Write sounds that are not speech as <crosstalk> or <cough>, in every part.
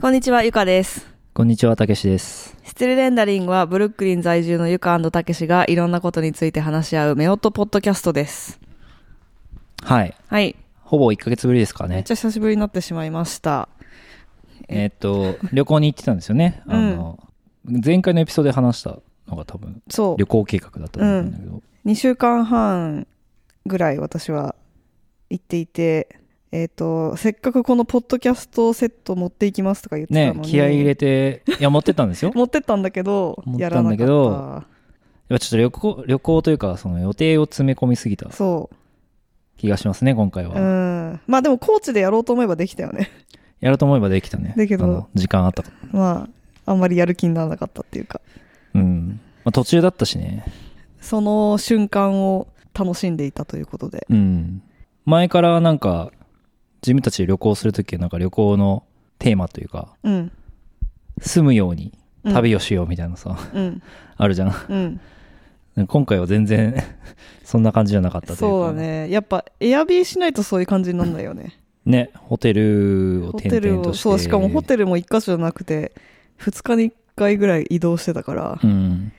こんにちは、ゆかです。こんにちは、たけしです。ステルレンダリングはブルックリン在住のゆかたけしがいろんなことについて話し合うメオットポッドキャストです。はい。はい。ほぼ1ヶ月ぶりですかめっねち。ゃ久しぶりになってしまいました。えーっと、 <laughs> 旅行に行ってたんですよね。うんあの、前回のエピソードで話したのが多分、そ旅行計画だったと思うんだけど。う。2週間半ぐらい私は行っていて、えっ、と、せっかくこのポッドキャストセット持っていきますとか言ってたねの、に。気合い入れて、いや、持ってったんです <laughs> よ。やっ持ってったんだけど、持やっらたんなだかけっどた。ぱちょっと旅行、旅行というか、その予定を詰め込みすぎたそ気がしますね、今回う。は。うん。まあでも、高知でやろうと思えばできたよね。 <laughs> やろうと思えばできたね。だけどあの時間あったからまあ、あんまりやる気にならなかったっていうか。うん。まあ、途中だったしね。その瞬間を楽しんでいたということで。うん。前からなんか、自分たちで旅行するとき、なんか旅行のテーマというか、うん。住むようにうん旅をしようみたいなさ、うん。あるじゃん。うん。 <laughs> 今回は全然、そんな感じじゃなかったというか。そうだ。ね。やっぱ、エアビーしないとそういう感じになるんだよね。ね、ホテルをホ転テル々とを、して。そう、しかもホテルも一箇所じゃなくて、二日に一回ぐらい移動してたから、うん。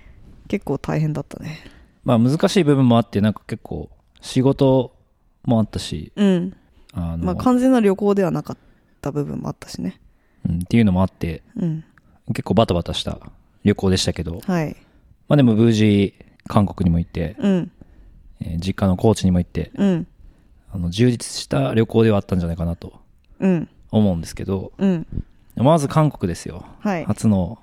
結構大変だったね。まあ難しい部分もあって、なんか結構仕事もあったし、うん。あの、まあ、完全な旅行ではなかった部分もあったしね。うん、っていうのもあって、うん。結構バタバタした旅行でしたけど、はい。まあでも無事韓国にも行って、うん。えー実家の高知にも行って、うん。あの、充実した旅行ではあったんじゃないかなとうん。思うんですけど、うん。まず韓国ですよ。はい。初の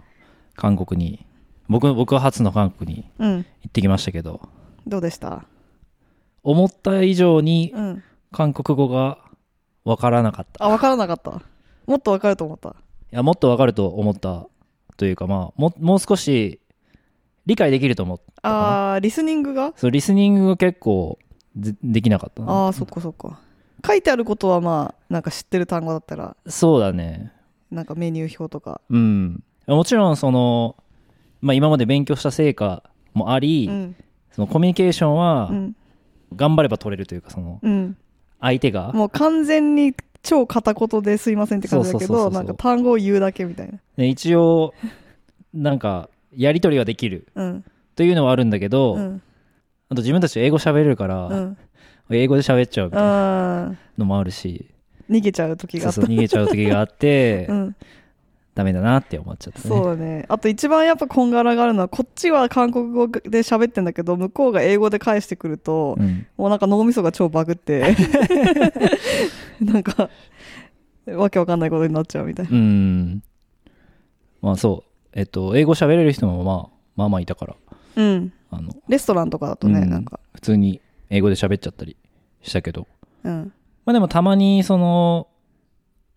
韓国に僕僕は初の韓国にうん。行ってきましたけどどうでした思った以上にうん。韓国語が分からなかったあ、わからなかった。もっとわかると思った。いやもっと分かると思ったというかまあももう少し理解できると思ったかなあー、リスニングがそうリスニングが結構でできなかったなああそっかそっか書いてあることはまあなんか知ってる単語だったらそうだねなんかメニュー表とかうんもちろんその、まあ、今まで勉強した成果もあり、うんそのコミュニケーションはうん頑張れば取れるというかそのうん相手がもう完全に超片言ですいませんって感じだけそうそうそどうそうそうなんか単語を言うだけみたいなね、一応なんかやり取りはできるうんというのはあるんだけど、うんあと自分たち英語喋れるから、うん英語で喋っちゃうみたいなあのもあるし、ー逃げちゃう時がそあうったそう逃げちゃう時があって、 <laughs> うんダメだなって思っちゃったねそうだねあと一番やっぱこんがらがるのはこっちは韓国語で喋ってんだけど向こうが英語で返してくるとうんもうなんか脳みそが超バグって <laughs> なんかわけわかんないことになっちゃうみたいなうんまあそうえっと英語喋れる人もまあまあまあいたからうんあのレストランとかだとね、うんなんか、普通に英語で喋っちゃったりしたけどうん、まあでもたまにその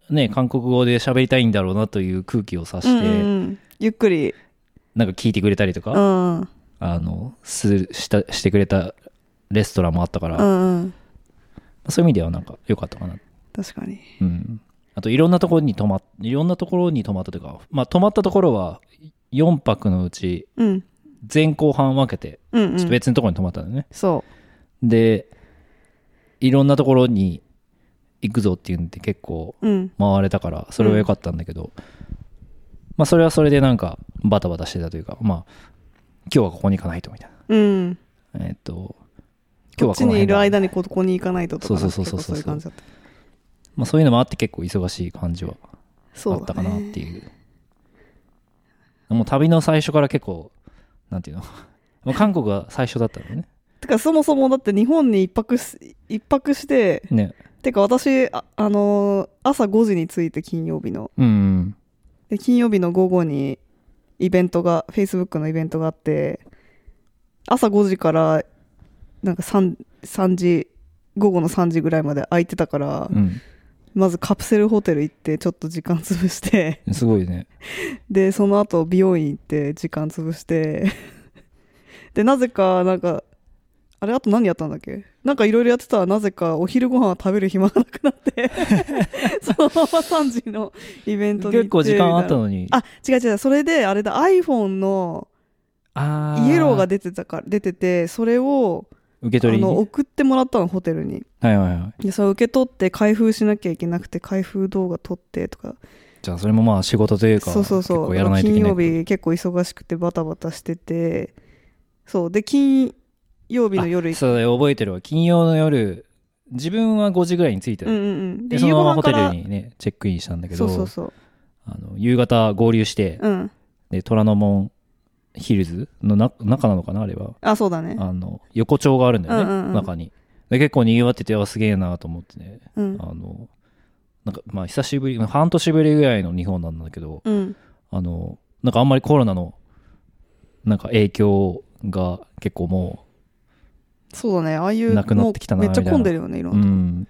ね韓国語で喋りたいんだろうなという空気を察して、うんうんうんゆっくり、なんか聞いてくれたりとか、うんうんあの、す、した、してくれたレストランもあったから、うんうん、そういう意味ではなんか良かったかな。確かに、うん。あと、いろんなところに泊まっ、いろんなところに泊まったというか、まあ、泊まったところは、4泊のうち、うん、前後半分けて、うん、うちょっとん、別のところに泊まったのね。そで、いろんなところに行くぞっていうんで結構う、うん、回れたから、それは良かったんだけど、まあ、それはそれでなんか、バタバタしてたというか、まあ、今日はここに行かないと、みたいうん、な。えっと、こっちにいる間間にここに行かないととか、そうそうそうそうなんか結構そういう感じだった。まあ、そういうのもあって結構忙しい感じはそあうっただかなっね。ていうもう旅の最初から結構なんていうの <laughs> もう韓国が最初だった <laughs> のねてかそもそもだって日本に一泊し一泊して、ねてか私ああのー朝5時に着いて金曜日の、うんで金曜日の午後にイベントが Facebook のイベントがあって朝5時からなんか 3, 3時午後の3時ぐらいまで空いてたから、うん、まずカプセルホテル行ってちょっと時間潰してうん、すごいねでその後美容院行って時間潰してでなぜかなんかあれあと何やったんだっけなんかいろいろやってたらなぜかお昼ご飯は食べる暇がなくなって <laughs> そのまま3時のイベントに行って結構時間あったみのにたいなあ違う違うそれであれだ iPhone のあイエローが受出てたから出ててそれをけあ取りにの送ってもらったのホテルにはいはいはいでそれを受け取って開封しなきゃいけなくて開封動画撮ってとかちゃんそれもまあ仕事というかそうそうそ結う構やらないとい金けない曜日結構忙しくてバタバタしててそうで金曜日の夜あそうだよ覚えてるわ金曜の夜自分は5時ぐらいに着いてうんる、うんうんででそ夕のごま飯まホテかルらにねチェックインしたんだけそどうそうそうあの夕方合流して、うんで虎ノ門ヒルズのな中なのかなあれはあそうだねあの横丁があるんだよね、うんうんうん中にで結構にぎわっててあすげえなと思ってねうんあのなんかまあ久しぶり半年ぶりぐらいの日本なんだけどうんあのなんかあんまりコロナのなんか影響が結構もそうだねああいうなくなってきたなもうめっちゃみたいな混んでるよねいろう、うんなとこん、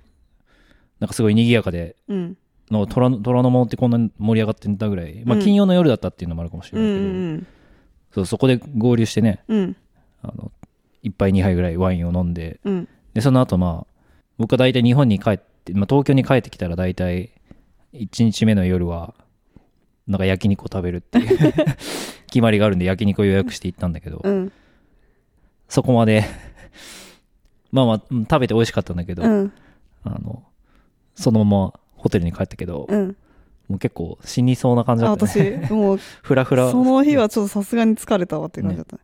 なんかすごい賑やかでうんの虎の虎ノ門ってこんなに盛り上がってんだぐらい、まあ、うん金曜の夜だったっていうのもあるかもしうれないけど、んそうそこで合流してねうんあの1杯2杯ぐらいワインを飲んでうんでその後まあ僕は大体日本に帰って、まあ、東京に帰ってきたら大体1日目の夜はなんか焼肉を食べるっていう <laughs> 決まりがあるんで焼肉を予約して行ったんだけど、うんそこまで <laughs> まあまあうん食べて美味しかったんだけど、うんあのそのままホテルに帰ったけど、うんもう結構死にそうな感じあだったね <laughs> 私もうふらふらその日はちょっとさすがに疲れたわって感じだった、ね、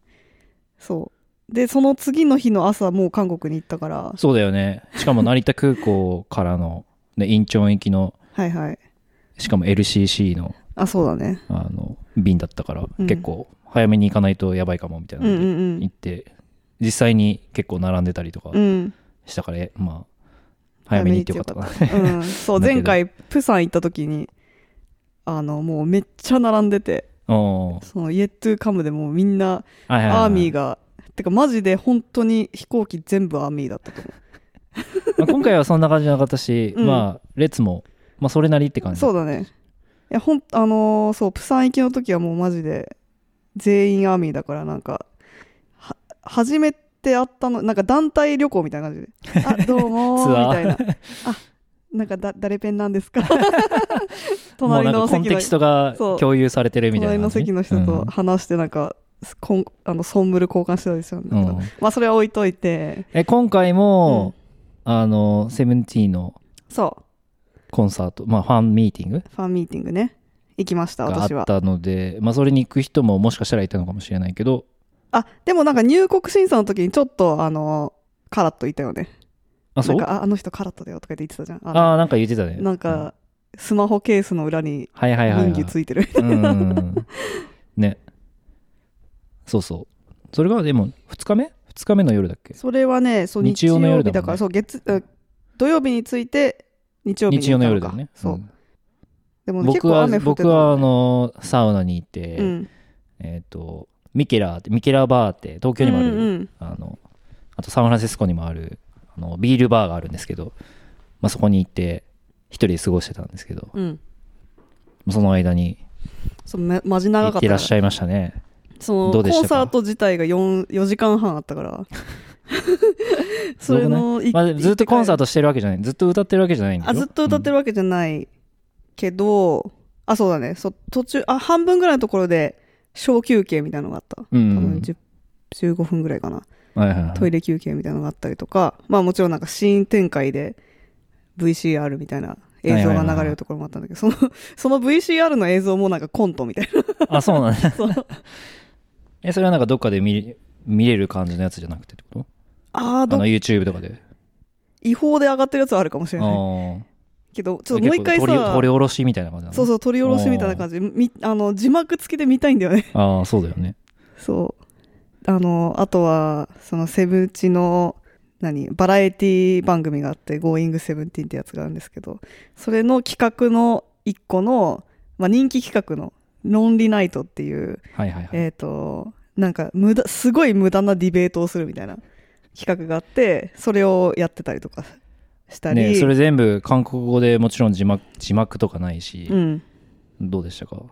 そうでその次の日の朝もう韓国に行ったからそうだよねしかも成田空港からの、ね、インチョン行きのはいはいしかも LCC のあそうだねあの便だったから、うん結構早めに行かないとやばいかもみたいなうんのうでん行って、実際に結構並んでたりとかうんうんしたから、まあ早めに行ってよかったなうん、そうだけど前回プサン行った時にあのもうめっちゃ並んでて <laughs> おーそのイエットゥカムでもうみんなはいはいはいアーミーが、てかマジで本当に飛行機全部アーミーだったと思まあ今回はそんな感じじゃなかったし、うんまあ列も、まあ、それなりって感うじそうだねいやほんあのーそうプサン行きの時はもうマジで全員アーミーだからなんかは初めて会ったのなんか団体旅行みたいな感じ <laughs> で「あどうもツー」アみたいーな「あなんかだ誰ペンなんです <laughs> か? 」もう隣なんのかコン席テのキストがそう共有されてるみた隣いなの感じ席の人と話してなんか、こんあのソンムル交換してたんですよ、ねうんうんまあそれは置いといてえ今回も、あのセブンティーンのそコンサート、まあ、ファンミーティングうファンミーティングね行きましたがあっ私はたので、まあ、それに行く人ももしかしたらいたのかもしれないけどあでもなんか入国審査の時にちょっとあのカラッといたよねあそうなんかああの人カラットだよとか言ってたじゃんあのああーなんか言ってたねなんうんかスマホケースの裏にはいはいはい、はい、人気ついてる <laughs> うんねそうそうそれがでも2日目2日目の夜だっけそれはねそう日日曜曜の夜だもんね日だからそう月あ土曜日について日曜日に日行曜っのた夜のだかよねそう、うんでも結僕構は雨降ってた僕はあのサウナに行って、うんえっ、とミケラーってミケラーバーって東京にもある、うんうんあのあとサンフランシスコにもあるあのビールバーがあるんですけど、まあ、そこに行って一人で過ごしてたんですけどうんその間にそうまマジ長行かっってたらかっしゃいましたねそどのうでコしたンかサート自体が 4, 4時間半あ <laughs> ったからそれの、いまあ、ずっとコンサートトしてるわけじゃないずっと歌ってるわけじゃないんでしょあずっと歌ってるわけじゃないけど、あそうだねそう途中あ半分ぐらいのところで小休憩みたいなのがあった、うん、多うん分10 15分ぐらいかなはいはいはいトイレ休憩みたいなのがあったりとか、まあもちろんなんかシーン展開で VCR みたいな映像が流れるところもあったんだけど、その、 <laughs> その VCR の映像もなんかコントみたいあそうなんだ <laughs> な。そうえそれはなんかどっかで見れ見れる感じのやつじゃなくてってことああ、あどの YouTube とかで違法で上がってるやつはあるかもしれあない。ーけど、ちょっともう一回さ、結構取り取り下ろしみたいな感じなのそうそう、取り下ろしみたいな感じで、みあの、字幕付きで見たいんだよね。ああそうだよねそう。あの、あとは、その、セブチの、何、バラエティ番組があって、Going Seventeen ってやつがあるんですけど、それの企画の一個の、まあ、人気企画の、ロンリナイトっていう、はいはいはいえっ、と、なんか、無駄、すごい無駄なディベートをするみたいな企画があって、それをやってたりとかしたり。ね、それ全部韓国語でもちろん字幕字幕とかないし、うん。どうでしたか、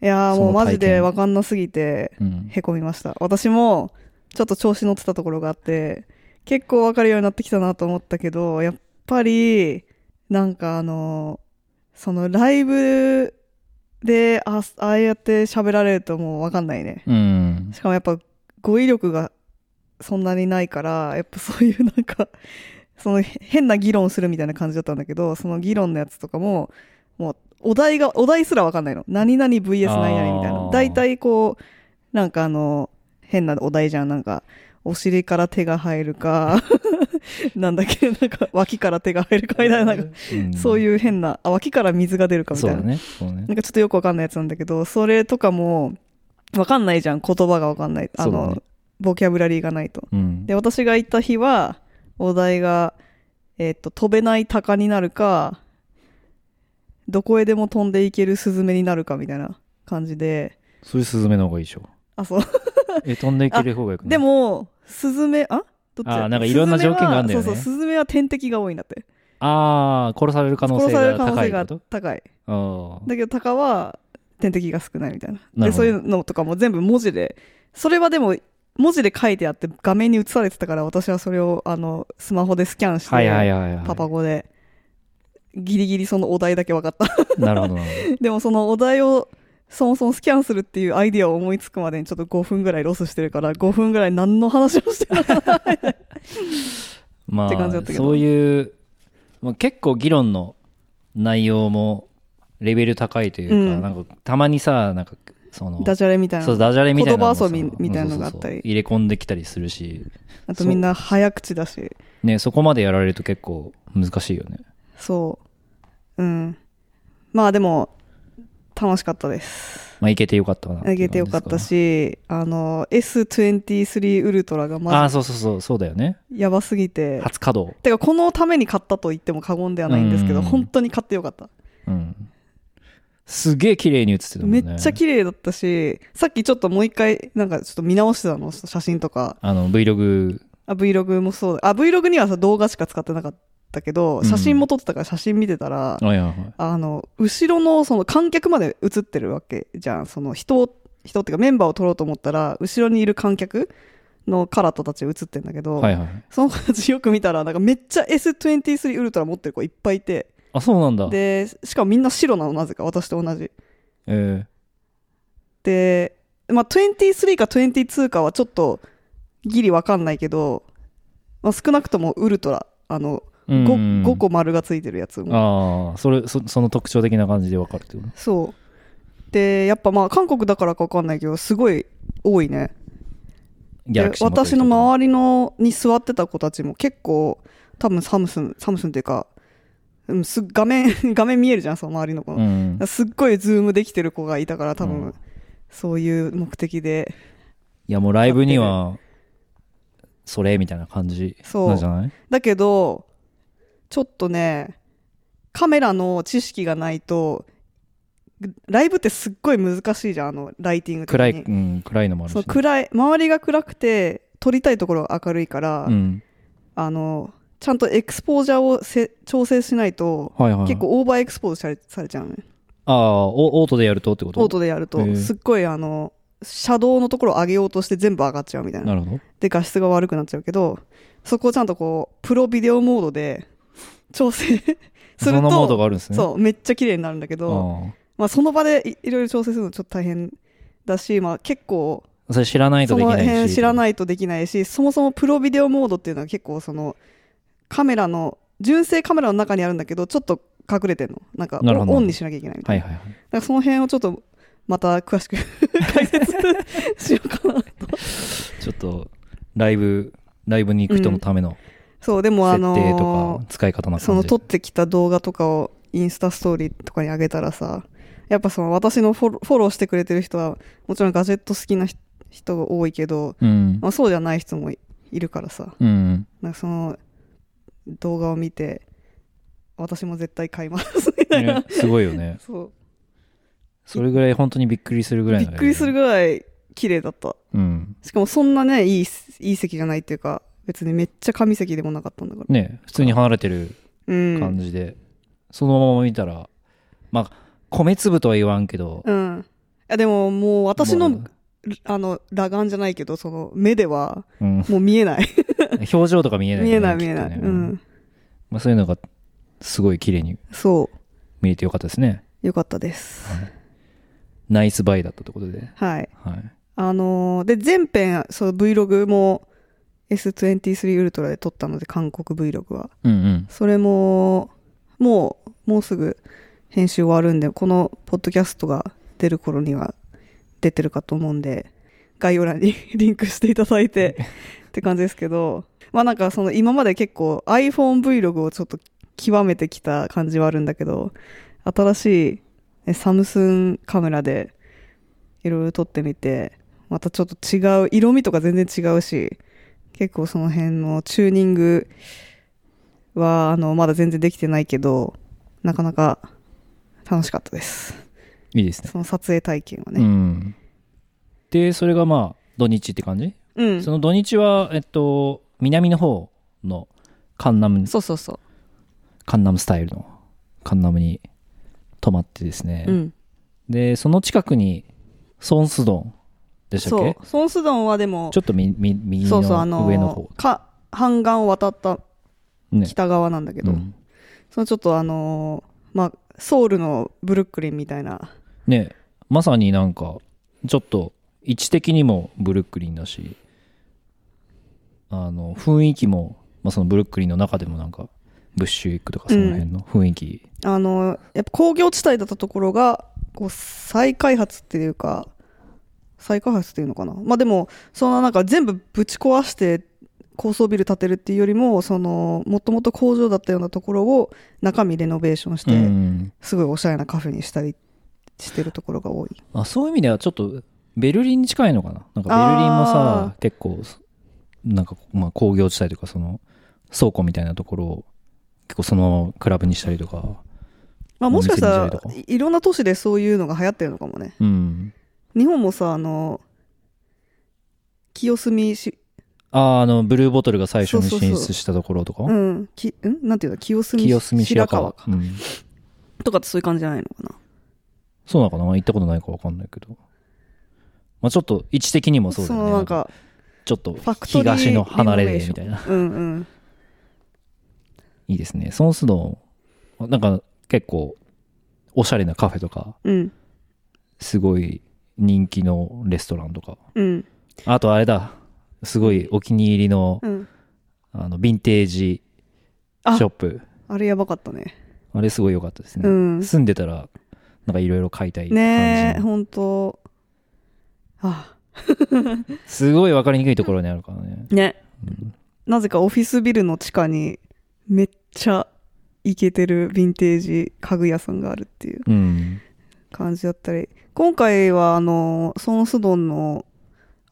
いやーそのもうマジ体で験わかんなすぎてうん、へこみました私もちょっと調子乗ってたところがあって結構わかるようになってきたなと思ったけどやっぱりなんかあのそのライブであああやって喋られるともうわかんないねうんしかもやっぱ語彙力がそんなにないからやっぱそういうなんか <laughs> そのへ変な議論するみたいな感じだったんだけどその議論のやつとかももうお題が、お題すらわかんないの。何々 VS 何々みたいあな。ー大体こう、なんかあの、変なお題じゃん。なんか、お尻から手が入るか、 <laughs> なんだっけ、なんか脇から手が入るかみたいな、なんかそうういう変な、あ、脇から水が出るかみたいそうな。だねそうねなんかちょっとよくわかんないやつなんだけど、それとかも、わかんないじゃん。言葉がわかんない。あそうの、だねボキャブラリーがないと。うんで、私が行った日は、お題が、えっと、飛べない鷹になるか、どこへでも飛んでいけるスズメになるかみたいな感じで、そういうスズメの方がいいでしょあ、そう。え飛んでいける方がよくないでも、スズメ、あどっちだあなんかいろんな条件があんだスよねズメはそうそう、スズメは天敵が多いんだって。ああ殺される可能殺性されるが可能高性いってがこと高い。ああだけど、鷹は天敵が少ないみたいな。で、なるほそどういうのとかも全部文字で、それはでも、文字で書いてあって画面に映されてたから私はそれをあのスマホでスキャンして、はいはいはいはいパパ語で、ギリギリそのお題だけ分かった。 <laughs> なるほどなるほでもそのお題をそもそもスキャンするっていうアイディアを思いつくまでにちょっと5分ぐらいロスしてるから、5分ぐらい何の話を <laughs> してるかどまって感じだったあけどそういうまあ結構議論の内容もレベル高いといううんかなんかたまにさなんかそのダジャレみたいな。そうダジャレみたいなのもさ言葉遊びみたいなのがあったりそうそうそう入れ込んできたりするしあとみんな早口だし、ねそこまでやられると結構難しいよねそう。うん。まあでも、楽しかったです。まあいけてよかったなあげてよかったし、あの、S23 ウルトラがああまーそうそうそうそうだよねずやばすぎて。初稼働てか、このために買ったと言っても過言ではないんですけど、うん本当に買ってよかった。うんすげえ綺麗に写ってたもんめねっちゃ綺麗だったし、さっきちょっともう一回、なんかちょっと見直してたの、写真とか。あの Vlog あ、Vlog もそうだ。あ、Vlog にはさ、動画しか使ってなかったけど、うん写真も撮ってたから写真見てたら、はいはいはいあの、後ろのその観客まで映ってるわけじゃん。その人を、人っていうかメンバーを撮ろうと思ったら、後ろにいる観客のカラットたち映ってんだけど、はいはいその子たちよく見たら、なんかめっちゃ S23 ウルトラ持ってる子いっぱいいて、あそうなんだで、しかもみんな白なの、なぜか、私と同じ。えーで、まあ、23か22かはちょっとギリわかんないけど、まあ、少なくともウルトラあの 5, うんうん5個丸がついてるやつもああそれそその特徴的な感じでわかるってことそうでやっぱまあ韓国だからかわかんないけどすごい多いねギでャラクシー持ってる私人のとか周りのに座ってた子たちも結構多分サムスンサムスンっていうか、うん、す画面 <laughs> 画面見えるじゃんその周りの子の、うんすっごいズームできてる子がいたから多分、うんそういう目的でいやもうライブにはそれみたいな感じそうなんじゃないだけど、ちょっとね、カメラの知識がないと、ライブってすっごい難しいじゃん、あの、ライティングとか暗い、に。うん、暗いのもあるしそね、う暗い、周りが暗くて、撮りたいところが明るいから、うん、あの、ちゃんとエクスポージャーをせ調整しないと、はいはい結構オーバーエクスポーズされされちゃうのね。ああおオートでやるとってことオートでやるとへ、えすっごいあの、シャドウのところを上げようとして全部上がっちゃうみたいな。なるほどで画質が悪くなっちゃうけどそこをちゃんとこうプロビデオモードで調整 <laughs> すそるのモードとがあるんですねうそうめっちゃ綺麗になるんだけどまあ、その場でいいろいろ調整するのちょっと大変だし、まあ、結構あそれ知らないとそできのないし辺知らいないとできないしそもそもプロビデオモードっていうのは結構そのカメラの純正カメラの中にあるんだけどちょっと隠れてんのなんかなるほどオンにしなきゃいけないみたはいいな、はいはいだからその辺をちょっとまた詳しく解説しようか <laughs> なちょっとライブライブに行く人のためのそうでもあ設の定とか使い方な感じその撮ってきた動画とかをインスタストーリーとかに上げたらさやっぱその私のフォローフォローしてくれてる人はもちろんガジェット好きなひ人が多いけど、うんまあ、そうじゃない人もいいるからさうんなんかその動画を見て私も絶対買いますみたいな、ねすごいよねそそれぐらい本当にびっくりするぐうらいびのっくりするぐらい綺麗だったうんしかもそんなねいいいい席じゃないっていうか別にめっちゃ神席でもなかったんだから、ね普通に離れてるうん感じで、そのまま見たらまあ米粒とは言わんけど、うんいやでももう私ものうあの裸眼じゃないけどその目では <laughs> うん、もう見えない表情とか見えない、見えない見えない、きっとねうんまあ、そういうのがすごい綺麗にそ見れてよかったですねうよかったですナイスバイだったということで、はいはい、あのーで前編そう Vlog も S23 ウルトラで撮ったので韓国 Vlog はうんうんそれももうもうすぐ編集終わるんで、このポッドキャストが出る頃には出てるかと思うんで、概要欄に <laughs> リンクしていただいてって感じですけど、まあなんかその今まで結構 iPhone Vlog をちょっと極めてきた感じはあるんだけど、新しいねサムスンカメラでいろいろ撮ってみて、またちょっと違う、色味とか全然違うし、結構その辺のチューニングは、あの、まだ全然できてないけど、なかなか楽しかったです。いいですねその撮影体験はうね。んでそれがまあ土日って感じ、うん。その土日はえっと南の方のカンナムそうそうそカンナムスタイルのカンナムに泊まってですね、う。うん。でその近くにソンスドンでしたそっけう。ソンスドンはでもちょ、っとみみ右そうそう、あのの上の方、か、半岸を渡ったね北側なんだけど、うんそのちょっとあのーまあ、ソウルのブルックリンみたいな、ねまさになんかちょっと位置的にもブルックリンだしあの雰囲気も、まあ、そのブルックリンの中でもなんかブッシュエッグとかその辺の雰囲気、あのーやっぱ工業地帯だったところが、こう、再開発っていうか、再開発っていうのかな。まあでも、そのなんか全部ぶち壊して、高層ビル建てるっていうよりも、その、もともと工場だったようなところを中身レノベーションして、うんすごいおしゃれなカフェにしたりしてるところが多い。あそういう意味ではちょっとベルリンに近いのかななんかベルリンもあさ結構なんか、まあ、工業地帯というかその倉庫みたいなところを結構そのままクラブにしたりとかまあもしかしたお店らに行ったりといいろんな都市でそういうのが流行ってるのかもね。うん日本もさ、あの、清澄し、あーあのブルーボトルが最初にそうそうそ進う出したところとかうん、きんなんていうの清澄清澄白川川かうんとかってそういう感じじゃないのかな。そうなのかなまあ行ったことないか分かんないけど。まあちょっと位置的にもそうだよね。なんか、ちょっとファクトリー東の離れでみたいリノベーな。ションうんうん。いいですね。ソンスドン、なんか結構おしゃれなカフェとか、うん。すごい人気のレストランとか。うん。あとあれだ、すごいお気に入りのうん。あのヴィンテージあショップ。あれやばかったね。あれすごい良かったですうね。ん。住んでたら、なんかいろいろ買いたいねえ、感じ。ほんと。あ、すごい分かりにくいところにあるからね。ね。うんなぜかオフィスビルの地下にめっちゃイケてるヴィンテージ家具屋さんがあるっていううん。感じだったり今回はあのソンスドンの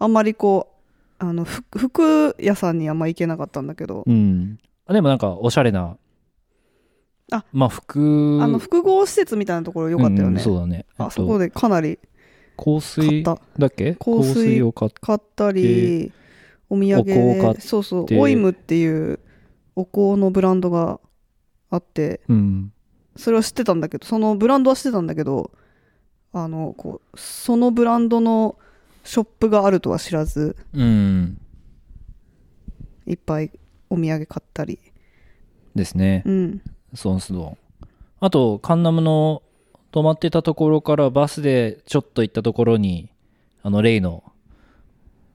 あんまりこうあのふ服屋さんにあんま行けなかったんだけど、うん、でもなんかおしゃれなあまあ服あの複合施設みたいなところ良かったようんうね、んそうだねあそこででかなり香買っ水ただっけ香水を買っ買ったりお土産お香を買でってそうそうオイムっていうお香のブランドがあってうんそれは知ってたんだけどそのブランドは知ってたんだけどあのこうそのブランドのショップがあるとは知らずうんいっぱいお土産買ったりですねうんソンスドンあとカンナムの泊まってたところからバスでちょっと行ったところにあのレイの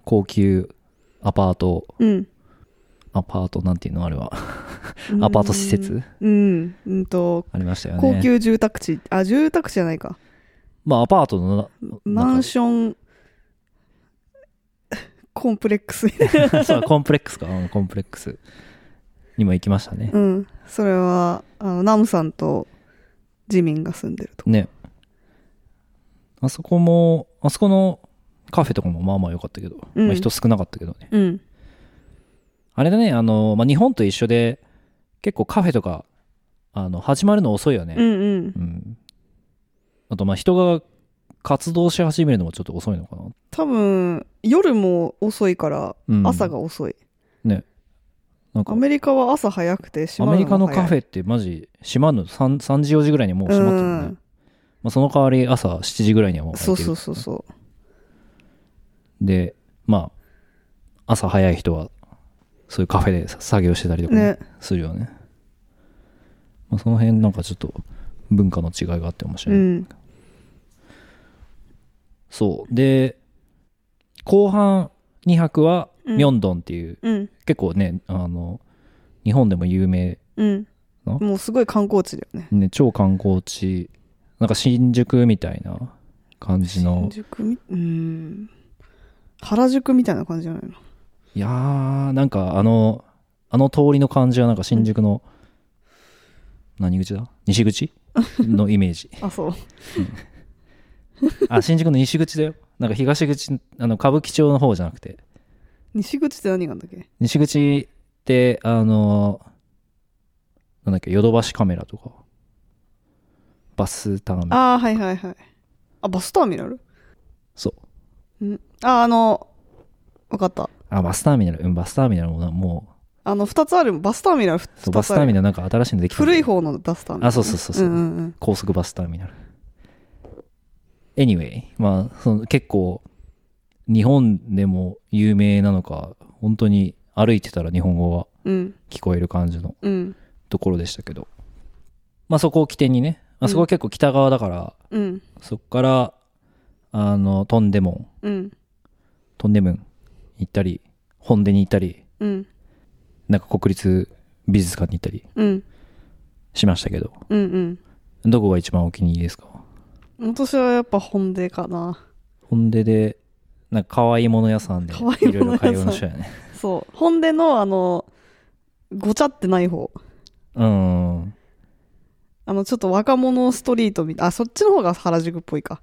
高級アパートうんアパートなんていうのあれはアパート施設うん、うんとありましたよね高級住宅地あ住宅地じゃないかまあアパートのなマなんンかション <laughs> コンプレックスそうコンプレックスかうんコンプレックスにも行きましたねうんそれはあのナムさんとジミンが住んでるとこねあそこもあそこのカフェとかもまあまあ良かったけど、うんまあ、人少なかったけどねうんあれだねあの、まあ、日本と一緒で結構カフェとかあの始まるの遅いようねんうんうん、あとまあ人が活動し始めるのもちょっと遅いのかな多分夜も遅いからうん朝が遅い、なんかアメリカは朝早くて閉アまメるリカののが早いカフェってマジ閉まるの 3, 3時4時ぐらいにはもう閉まってるよね、うんまあ、その代わり朝7時ぐらいにはもうそ開いうてるそうそうそうでまあ朝早い人はそういうカフェで作業してたりとかねねするよね、まあ、その辺なんかちょっと文化の違いがあって面白うい、んそうで後半2泊はうんミョンドンっていう、うん結構ねあの日本でも有名うんか、もうすごい観光地だよねね、超観光地なんか新宿みたいな感じの新宿みうん原宿みたいな感じじゃないのいやーなんかあのあの通りの感じはなんか新宿の、何口だ西口のイメ <laughs> ージあそうあ新宿の西口だよなんか東口あの歌舞伎町の方じゃなくて西口って何があんだっけ西口ってあのなんだっけヨドバシカメラとかバスターミナルああはいはいはいあバスターミナルそうんああのわかったあバスターミナルうんバスターミナルもなもうあの2つあるバスターミナルそうバスターミナルナルなんか新しいのできたんだ古よい方のバスターミナルあそうそうそうそううんうんうん高速バスターミナル anyway まあその結構日本でも有名なのか本当に歩いてたら日本語がうん聞こえる感じのうんところでしたけどまあそこを起点にね、まあ、そこは結構北側だから、うんそこからあのトンデモンうんトンデムン行ったり本殿に行ったりうんなんか国立美術館に行ったりうんしましたけどうんうんどこが一番お気に入りですか私はやっぱ本音かなホンデで、なんか可愛いもの屋さんで、い可ろ愛いいものろ屋さん買い物したよね。そう本音のあのごちゃってない方うん。あのちょっと若者ストリートみたいあそっちの方が原宿っぽいか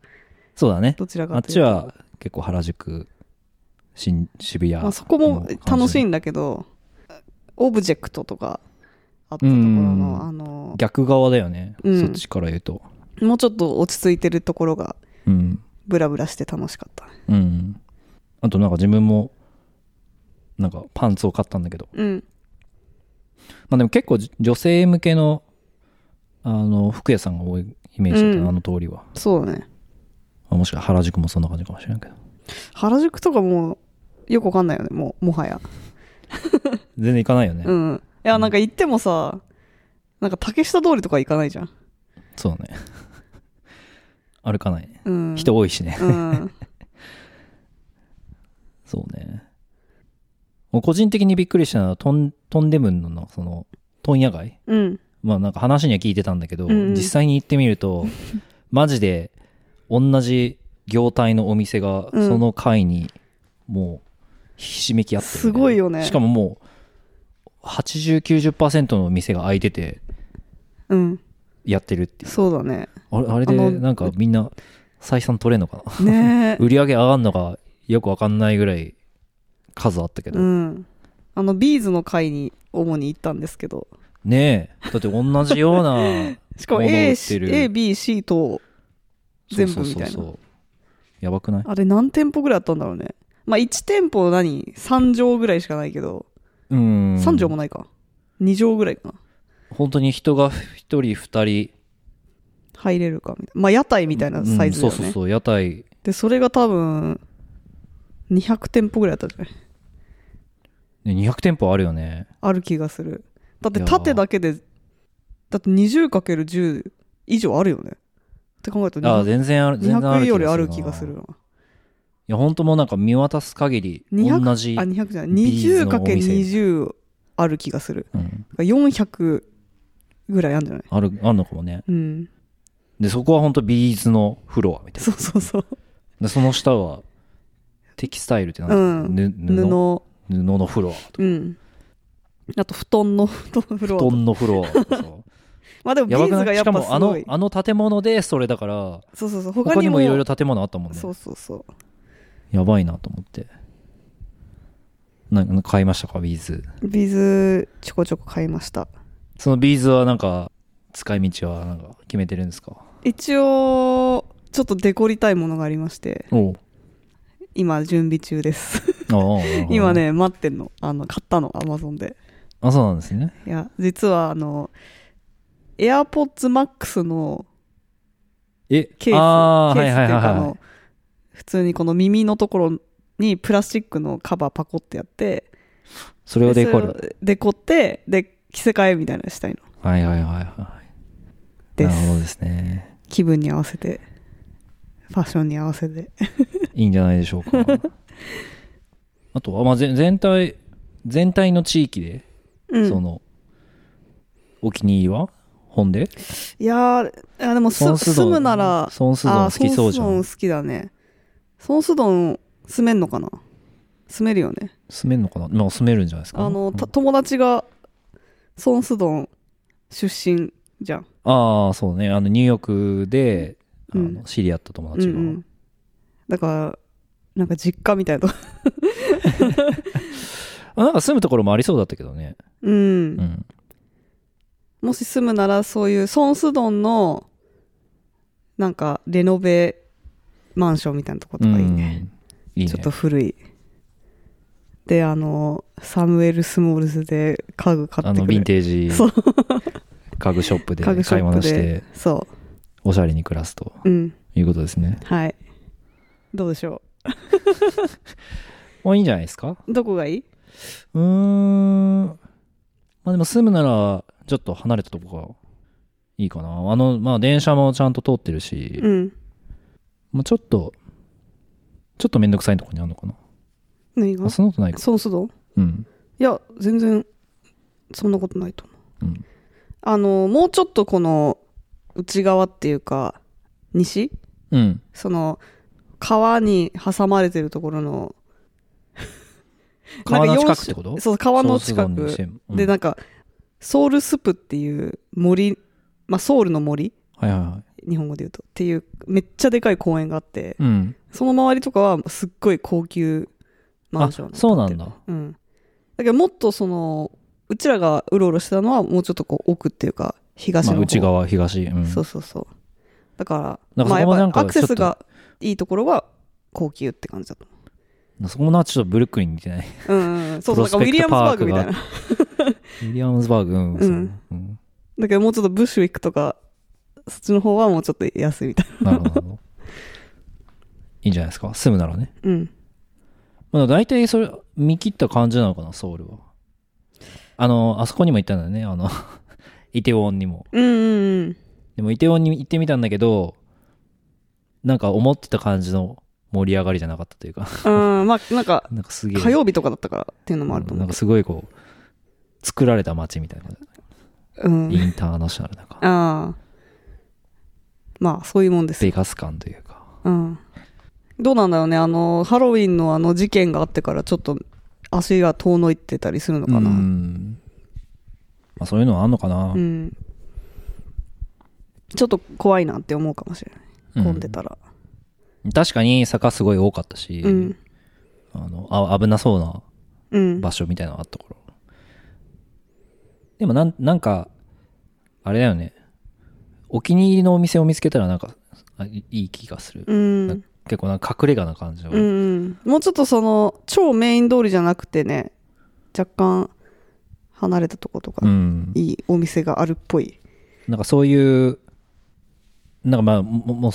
そうだね。どちらあかっというちとは結構原宿、新渋谷。まあ、そこも楽しいんだけどオブジェクトとかあったところうんのあの逆側だよね。うんそっちから言うと。もうちょっと落ち着いてるところがうん。ブラブラして楽しかったうん。あとなんか自分も、なんかパンツを買ったんだけど。うんまあでも結構じ女性向けの、あの、服屋さんが多いイメージだったな、うんあの通りは。そうだねまあもしかしたら原宿もそんな感じかもしれないけど。原宿とかもうよくわかんないよねもうもはや全然行かないよね。うんいやなんか行ってもさなんか竹下通りとか行かないじゃんそうだね。 <laughs> 歩かないね。うん人多いしね。うんそうね。もう個人的にびっくりしたのは、トン、トンデムンのな、その、問屋街 <laughs> うんまあなんか話には聞いてたんだけど、うんうん実際に行ってみると、マジで、同じ業態のお店が、うんその階に、もう、ひしめき合ってる、すごいよねしかももう、80、90%の店が空いてて、うんやってるっていう。そうだねあれ、あれあで、のなんかみんな、採算取れんのかな <laughs> ねえ売り上げ上がんのか、よくわかんないぐらい、数あったけどう。んあのビーズの会に主に行ったんですけどねえだって同じような <laughs> しかも物を売 A ってる ABC と全部みたいなそうそうそうそうやばくないあれ何店舗ぐらいあったんだろうね。まあ1店舗何 ?3 畳ぐらいしかないけど、うん3畳もないか。2畳ぐらいかな。本当に人が一人二人入れるかみたいな。まあ屋台みたいなサイズだよね。うんそうそうそう屋台で、それが多分、200店舗ぐらいあったんじゃないね200店舗あるよねある気がする。だっていやー縦だけで、だって 20×10 以上あるよね。って考えるとああ200全然ある全然あ200るよりある気がするいな。や本当もうなんか見渡す限り200同じあ、200じゃない。ビーズのお店 20×20 ある気がする。うん、だから400ぐらいあるんじゃないあるあるのかもねうん。でそこは本当ビーズのフロアみたいそうそうそう。なでその下はテキスタイルってなんだっけ、ぬ布布布のフロアとうんあと布団の布団フロア布団のフロアとかさまあでもビやばーくズながいやしっぱかすごいもあのあの建物でそれだからそうそうそう他他ににももいろいろ建物あったもんねそうそうそうやばいなと思ってなんか買いましたかビーズビーズちょこちょこ買いましたそのビーズはなんか使い道はなんか決めてるんですか一応ちょっとデコりたいものがありましてお今準備中です <laughs> お今ね待ってんのあの買ったのアマゾンであそうなんですねいや実はあの AirPods Max のえケースあーケースっていうかあの、はいはいはいはい普通にこの耳のところにプラスチックのカバーパコってやってそれをデコでるそれをデコってで着せ替えみたいなのしたいのはいはいはいはいでなるほどすですね気分に合わせてファッションに合わせていいんじゃないでしょ <laughs> うかあとは、まあ、全全体全体の地域でうんその、お気に入りは本でいやーあでもすソンスド住ンむならソンスドンあ好きそうじゃソンスんドン好きだねソンスドン住めんのかな住めるよね住めんのかなまあ住めるんじゃないですかあの、うんた友達がソンスドン出身じゃんああそうねあのニューヨークであうんの知り合った友達が、うんうん、だからなんか実家みたいなとこ <laughs> あなんか住むところもありそうだったけどねうん、うんもし住むならそういうソンスドンのなんかレノベマンションみたいなとことかいいね、うんいいねちょっと古いであのサムエル・スモールズで家具買あってのくヴィンるテージそう家具ショップで家具シ買いョッ物プしでてそおしゃれに暮らすとううんいうことですねはいどうでしょもういいんじゃないですかうどこがいいうーんまあでも住むならちょっと離れたとこがいいかなあのまあ電車もちゃんと通ってるし、うんもうちょっとちょっとめんどくさいとこにあるのかな何あがそんなことないかソンスドンうんいや全然そんなことないと思ううんあのもうちょっとこの内側っていうか西うんその川に挟まれてるところの川のなんか洋近くっ酒てことそう川の近ソース丼にしくてもうんでなんかソウルスプっていう森、まあ、ソウルの森はいはいはい日本語で言うとっていうめっちゃでかい公園があってうんその周りとかはすっごい高級マあンションそうなんだうん、だけどもっとそのうちらがうろうろしてたのはもうちょっとこう奥っていうか東まのあ方、内側東うんそうそうそうだからなまあんかそやこもなんっぱかアクセスちょがいいところは高級って感じだとそこもなちょっとブルックリンに似てない思ううん、うん、そうそうなんかウプィロスリペアムズクトパバーーグクみがたいなウィリアムズバーグ、うん、そううんうんだけどもうちょっとブッシュ行くとかそっちの方はもうちょっと安いみたいなるほどなるほど。いいんじゃない <laughs> ですか。住むならね。なうんまあ、大体それ、見切った感じなのかな、ソウルは。あの、あそこにも行ったんだよね。あの、 <laughs> イテウォンにも。うんうんうんでも、イテウォンに行ってみたんだけど、なんか思ってた感じの盛り上がりじゃなかったというか、 <laughs> うんまあなんかなんかすげえ。火曜日とかだったからっていうのもあるとな思んうかすごいこう、作られた街みたいな感じ。うん、インターナショナルなんか、ああまあそういうもんですよ生活感というか。うんどうなんだろうねあのハロウィンのあの事件があってからちょっと足が遠のいってたりするのかなうん。まあ、そういうのはあんのかな。うん、ちょっと怖いなって思うかもしれない混んでうんたら確かに坂すごい多かったし、うんあのあ危なそうなうん場所みたいなのあったから、でもなんなんかあれだよねお気に入りのお店を見つけたらなんかあいいい気がする、うん、うん結構なんか隠れ家な感じの、うんもうちょっとその超メイン通りじゃなくてね若干離れたとことか、うんいいお店があるっぽいなんかそういうなんかまあももう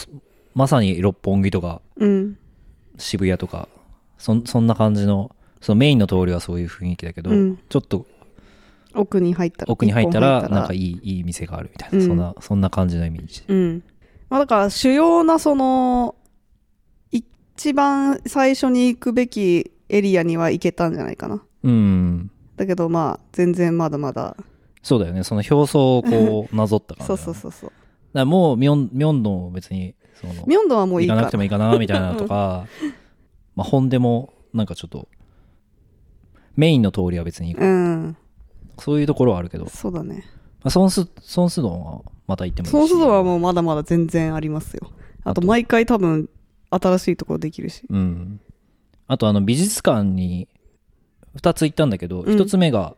まさに六本木とかうん渋谷とかそんそんな感じのそのメインの通りはそういう雰囲気だけど、うんちょっと奥に入ったら奥に入ったら一本なんかいいいい店があるみたいな、うんそんなそんな感じのイメージうん。まあだから主要なその、一番最初に行くべきエリアには行けたんじゃないかな。うんだけどまあ、全然まだまだ。そうだよねその表層をこ <laughs> うなぞった感じそうそううそうそう。だからもうミョンミョンドンを別にそのミョンドンはもうい行いかかならくて。もいいかなみたいなのとかまあ本でもなんかちょっとメインの通りは別に行こうん。うそういうところはあるけど、まそうだね。あ、ソンスソンスドンはまた行ってもいいしその外はもうまだまだ全然ありますよ。ああとと毎回多分新しいところできるし。うんあとあの美術館に2つ行ったんだけど、ん一1つ目が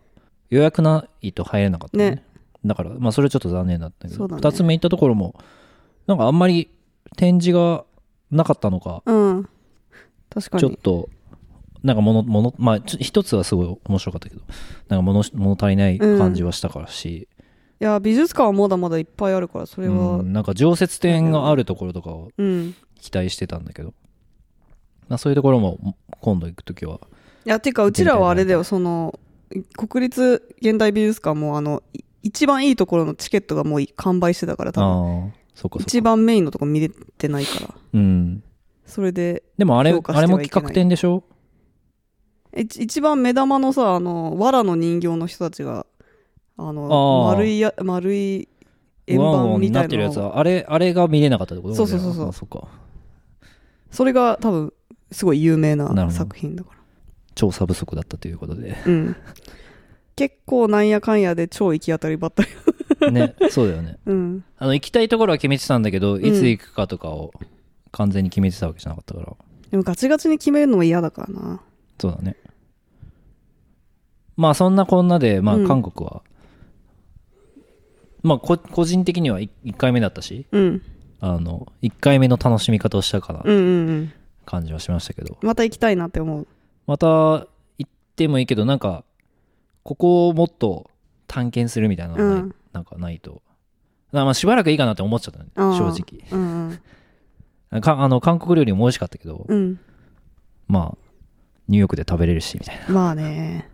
予約ないと入れなかったのねねだからまあそれはちょっと残念だったけそど、うだね2つ目行ったところもなんかあんまり展示がなかったのかうん。確かちょっに。となんかものものまあちょ一つはすごい面白かったけどなんか物物足りない感じはしたからいし、や、美術館はまだまだいっぱいあるから、それは。ううんん。なんか常設展があるところとかを期待してたんだけど、まあ、そういうところも今度行くときはいや、てか、うちらはあれだよ、その、国立現代美術館も、あの、い一番いいところのチケットがもう完売してたから、多分。ああそっかそっか一番メインのとこ見れてないから。うんそれで、でもあれ評価しあてはいけないれも企画展でしょえ一一番目玉のさ、あの、藁の人形の人たちが、あのあー丸いや丸い円ワンワ盤ンにみたないってるなやつはあれあれが見れなかったってことそうそうそうそうあそっかそれが多分すごい有名なるなほど作品だから調査不足だったということで <laughs> うん結構なんやかんやで超行き当たりばったりねそうだよねうんあの行きたいところは決めてたんだけどいつ行くかとかを完全に決めてたわけじゃなかったから、でもガチガチに決めるのも嫌だからなそうだねまあそんなこんなで、まあう、ん韓国は、まあこ個人的には1回目だったしうんあの1回目の楽しみ方をしたかなうんうんうん感じはしましたけど、また行きたいなって思うまた行ってもいいけどなんかここをもっと探検するみたいなのがない,、うんなんかないとだからまあしばらくいいかなって思っちゃったねあー正直うんうんかあの韓国料理も美味しかったけど、うんまあニューヨークで食べれるしみたいなまあね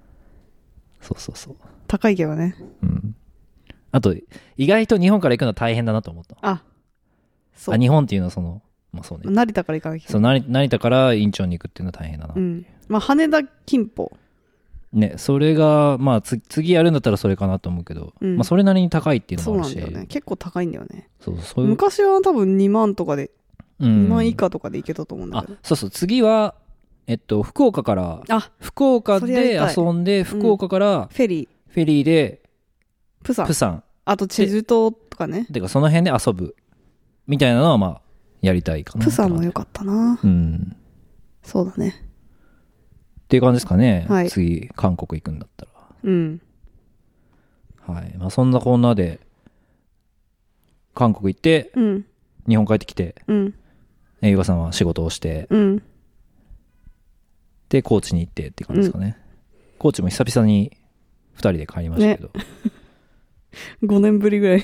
そうそうそう高いけどねうんあと意外と日本から行くのは大変だなと思ったあそうあ日本っていうのはそのまあそうね成田から行かなきゃいけそないう成成田からインチョンに行くっていうのは大変だな、うんまあ羽田近辺ねそれがまあつ次やるんだったらそれかなと思うけど、うんまあそれなりに高いっていうのそうもあなんるしだよね結構高いんだよねそうそういう昔は多分2万とかでうん2万以下とかで行けたと思うんだあけどそうそう次はえっと福岡からあ福岡それでやりたい遊んで福岡からフェリーフェリーでプサン釜山あとチェジュ島とかねてかその辺で遊ぶみたいなのはまあやりたいかなプサンも良かったなうんそうだねっていう感じですかね、はい次韓国行くんだったうんらはいまあそんなこんなで韓国行ってうん日本帰ってきてうんえゆかさんは仕事をしてうんで高知に行ってって感じですかね、高知も久々に2人で帰りましたけど、 5年ぶりぐらい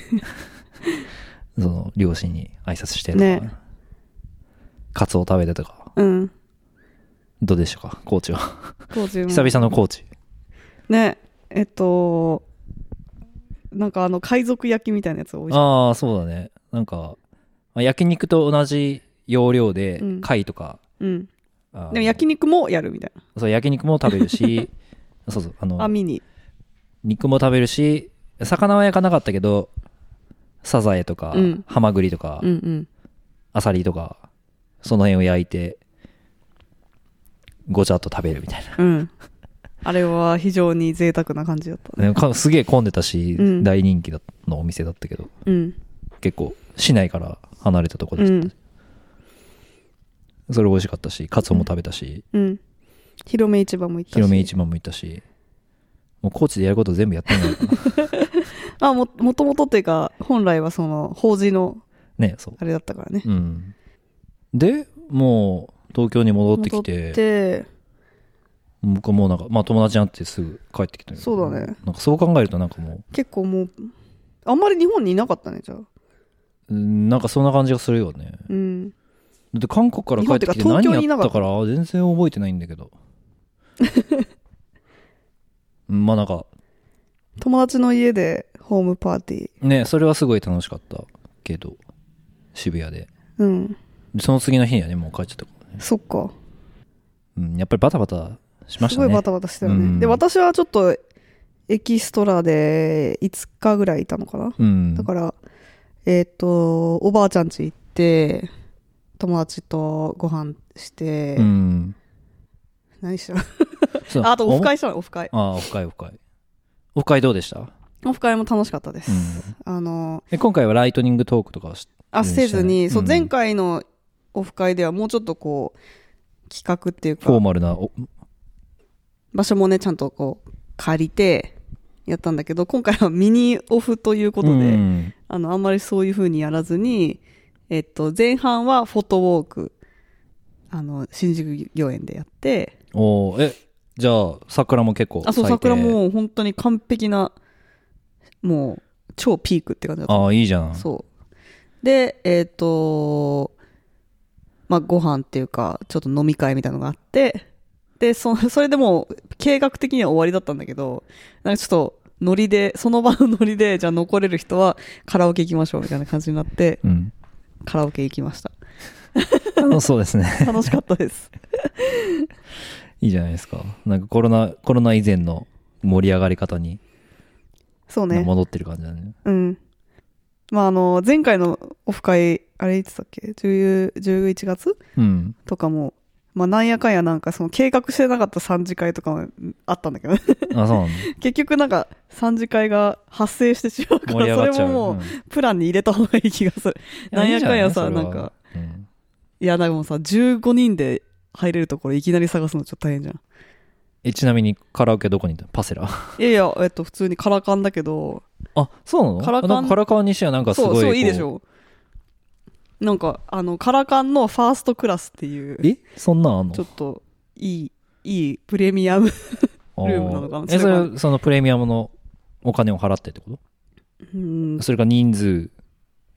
その両親に挨拶してとか、ねカツオ食べてとかうんどうでしたか高知は当時も久々の高知ねえっとなんかあの海賊焼きみたいなやつ美味しいああそうだねなんかまあ焼肉と同じ要領でうん貝とか、うんあーでも焼肉もやるみたいそう焼肉も食べ <laughs> るしそうそうあなの網に肉も食べるし魚は焼かなかったけどサザエとか、うんハマグリとか、うんうんアサリとかその辺を焼いてごちゃっと食べるみたいなうんあれは非常に贅沢な感じだったねでもかすげえ混んでたし、うん大人気だのお店だったけどうん結構市内から離れたとこうだった、んそれ美味しかったしカツオも食べたし、うん広め市場も行ったし広め市場も行ったしもう高知でやること全部やったんじゃないかな <laughs> あももともとっていうか本来はその法事のねそうあれだったからねうんでもう東京に戻ってきて戻って僕はもうなんかまあ友達に会ってすぐ帰ってきたんけどそうだねなんかそう考えるとなんかも結構もうあんまり日本にいなかったねじゃあううんなんかそんな感じがするよねうんだって韓国から帰ってき日て本ってか東何京にいなやっかったたから全然覚えてないんだけど <laughs> うんまあなんか友達の家でホームパーティーねそれはすごい楽しかったけど渋谷でうんでその次の日にはねもう帰っちゃったからね、そっかうん、やっぱりバタバタしましすたごねいバタバタしてたよね、うんで私はちょっとエキストラで5日ぐらいいたのかな、うんだからえっ、とおばあちゃん家行って友達とご飯して、うん何したのそうああとオフお会したのオフ会ああオフ会オフ会オフ会どうでした、オフ会も楽しかったでうす、ん、あのえ今回はライトニングトークとかはしあうんせずに、してないそううん前回のオフ会ではもうちょっとこう企画っていうかフォーマルなお場所もねちゃんとこう借りてやったんだけど今回はミニオフということで、うんあのあんまりそういう風にやらずに、えっと、前半はフォトウォークあの新宿御苑でやっておーえじゃあ桜も結構あそう咲いて桜もう本当に完璧なもう超ピークって感じだったああいいじゃんそう。で、えっ、と、まあ、ご飯っていうか、ちょっと飲み会みたいなのがあって、で、そ <laughs> それでもう、計画的には終わりだったんだけど、なんかちょっと、ノリで、その場のノリで、じゃあ残れる人はカラオケ行きましょうみたいな感じになって、 <laughs> うんカラオケ行きました。あそうですね楽しかった <laughs> です。いいじゃないですか。なんかコロナ、コロナ以前の盛り上がり方にそうね。戻ってる感じだね。うん。まあ、あの、前回のオフ会、あれいつだっけ ?10 11月うん。とかも、まあ、なんやかんやなんか、その計画してなかった3次会とかもうんあったんだけど、あ、そうなんだ。 <laughs> 結局なんか、3次会が発生してしまうか盛り上ら、がっそちゃれう。ももうんう、プランに入れた方がいい気がする。なんやかんやさなんか。いいんじゃいそれはうんいや、でもさ、15人で入れるところいきなり探すのちょっと大変じゃん。え、ちなみにカラオケどこに行ったのパセラ。いやいや、えっと、普通にカラカンだけど、あ、そうなのカラカンあなんかカラカンにしてはなんかすそごい。う、そう、いいでしこょう。なんか、あの、カラカンのファーストクラスっていうう。、えそんなんあんのちょっと、いい、いいプレミ <laughs> アム。ルームなのかなあそれえ、かそれ、そのプレミアムのお金を払ってってことうんそれか人数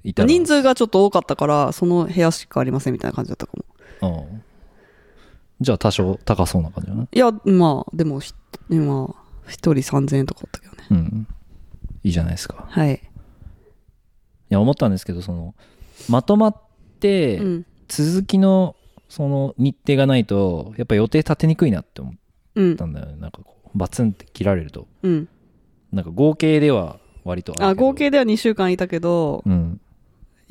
いたら。人数がちょっと多かったから、その部屋しかありませんみたいな感じだったかも。うんじゃあ多少高そうな感じだね。いや、まあ、でもひ、まあ、一人3000円とかだったけどね。うん。いいじゃないですか。はい。いや、思ったんですけど、その、まとまってう、ん。続きの、その日程がないと、やっぱ予定立てにくいなって思っうんた。んだよね。なんかこう、バツンって切られると。うん。なんか合計では割とるけどあ、合計では2週間いたけど、うん。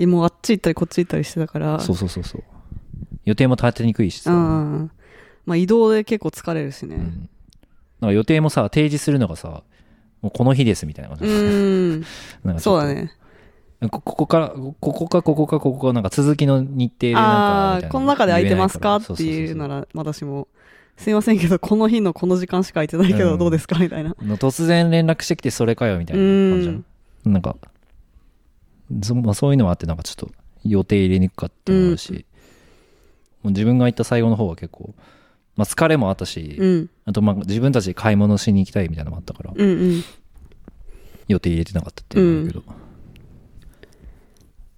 もうあっち行ったりこっち行ったりしてたから。そうそうそうそう。予定も立てにくいしさ。うん。まあ、移動で結構疲れるしうね。んなんか予定もさ、提示するのがさ、もうこの日ですみたいなう感じ。 <laughs> ん。なんかちそうょっとだ。ね。こここから、ここかここかここか、なんか続きの日程でなんかみあたいあ、な。この中で空いてますか言えないらっていうなそら、私も、すいませんけど、この日のこの時間しか空いてないけうど、んどうですかみたいな。うそうそうの突然連絡してきて、それかよみたいな感じじゃんなんか、そまあ、そういうのもあって、なんかちょっと予定入れにくかったのもあるし、もう自分が行った最後の方は結構、まあ、疲れもあったし、うん。あとまあ自分たちで買い物しに行きたいみたいなのもあったから、うんうん。予定入れてなかったっていうのもあるけど、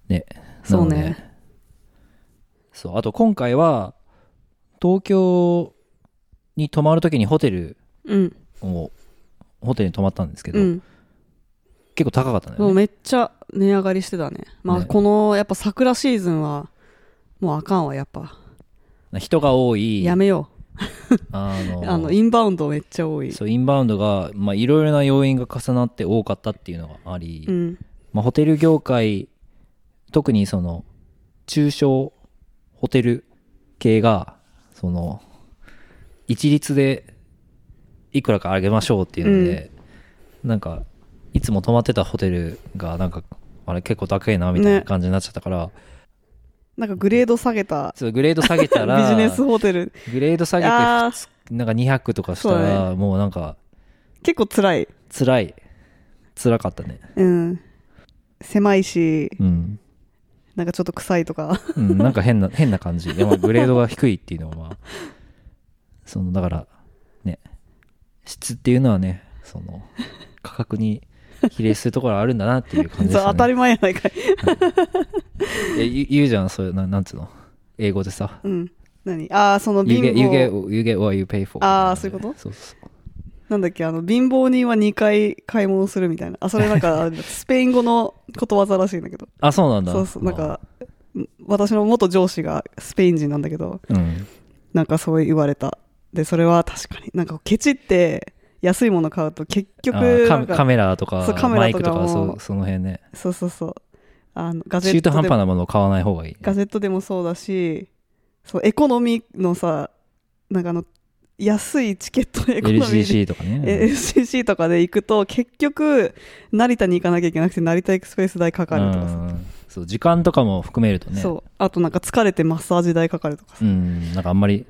ねなそうのでね。そうあと今回は東京に泊まるときにホテルうん。をホテルに泊まったんですけど、うん。結構高かったのもようねめっちゃ値上がりしてたね。まあ、ねこの、やっぱ桜シーズンは、もうあかんわ、やっぱ。人が多いやめよあう。のあの、インバウンドめっちゃ多い。そうインバウンドがまあいろいろな要因が重なって多かったっていうのがあり、うん。まあ、ホテル業界特にその中小ホテル系がその一律でいくらか上げましょうっていうので、なんかいつも泊まってたホテルがなんかあれ結構高いなみたいなね感じになっちゃったから、なんかグレード下げたそうグレード下げた <laughs> ビらジネスホテル、グレード下げてあーなんか200とかしたそうらだもうなんか結構辛い。辛い辛かったねうん。狭いし、うんなんかちょっと臭いとか。うん、なんか変な、変な感じ。でも、グレードが低いっていうのは、まあ、その、だから、ね、質っていうのはね、その、価格に比例するところあるんだなっていう感じで <laughs> そしうた当たね。り前やないかい。え言う言うじゃん、そういう、ななんつうの。英語でさ、うん。何ああ、その you 貧 get, you 乏。 get, you get what you pay for. あーそういうことそうそうなんだっけ、あの、貧乏人は2回買い物するみたいな。あ、それなん <laughs> か、スペイン語のことわざらしいんだけど。あ、そうなんだ。そうそう、なんか、ん私の元上司がスペイン人なんだけど、まあ、うん。なんかそう言われた。で、それは確かに、なんかケチって安いもの買うと結あ局なーカんメかカメラとかそうカメマライとクかともかそうその辺ねそうそうそう。あの、ガジェ中ッ途ト半で端なものを買わない方がいい、ガジェットでもそうだし、そう、エコノミーのさ、なんかあの、安いチケットエコノミーで LCC とかね、え LCC とかで行くと結局成田に行かなきゃいけなくて成田エクスプレス代かかるとかさ、うんそう時間とかも含めるとねそうあとなんか疲れてマッサージ代かかるとかさ、うん、なんかあんまり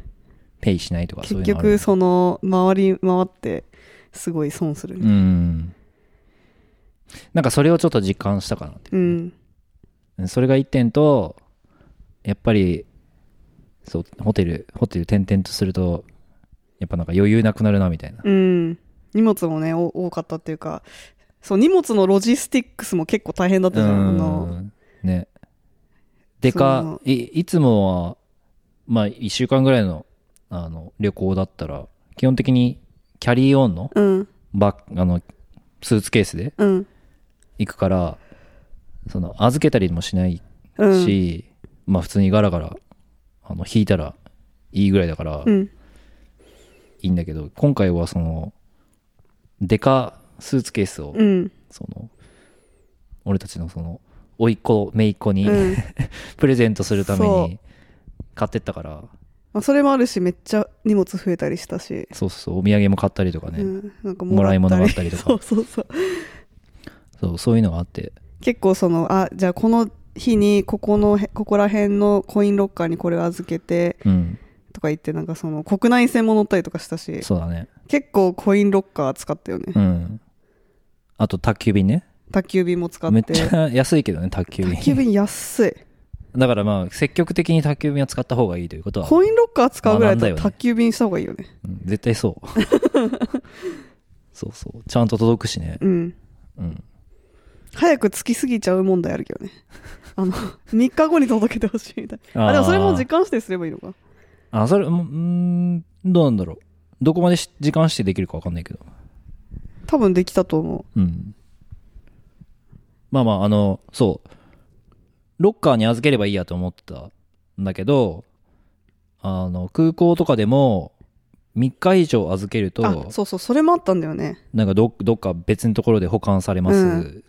ペイしないとかそうい結うのある局その回り回ってすごい損するみたういんなんかそれをちょっと実感したかなってな、ういうんそれが一点とやっぱりそうホテルホテル転々とするとやっぱなんか余裕なくなるなみたいなうん、荷物もねお多かったっていうかそう荷物のロジスティックスも結構大変だったじゃんあのんねでかいいつもはまあ1週間ぐらいのあの旅行だったら基本的にキャリーオンのうんバッあのスーツケースでうん行くからその預けたりもしないうんし、まあ普通にガラガラあの引いたらいいぐらいだからうんいいんだけど、今回はそのデカスーツケースをうんその俺たちのその甥っ子姪っ子に、うん <laughs> プレゼントするためそうに買ってったからまあ、それもあるしめっちゃ荷物増えたりしたし、そうそうお土産も買ったりとかね、うん、なんかもらい物があったりと <laughs> かそうそうそうそうそういうのがあって結構そのあじゃあこの日にここのへここら辺のコインロッカーにこれを預けてうんとか言ってなんかその国内線も乗ったりとかしたしそうだね結構コインロッカー使ったよね、うんあと宅急便ね宅急便も使ってめっちゃ安いけどね宅急便宅急便安いだからまあ積極的に宅急便は使った方がいいということは、コインロッカー使うぐらい学んだだよとね宅急便した方がいいよねうん絶 <laughs> 対そうそうそうちゃんと届くしねうんうん早く着きすぎちゃう問題あるけどねあの3 <laughs> 日後に届けてほしいみたいなあでもそれも時間指定すればいいのかあそれうんうーんどうなんだろうどこまでし時間指定できるか分かんないけど多分できたと思うんまあまああのそうロッカーに預ければいいやと思ってたんだけどあの空港とかでも3日以上預けるうとあそうそうそれもあったんだよねなんかどどっか別のところで保管されます、うん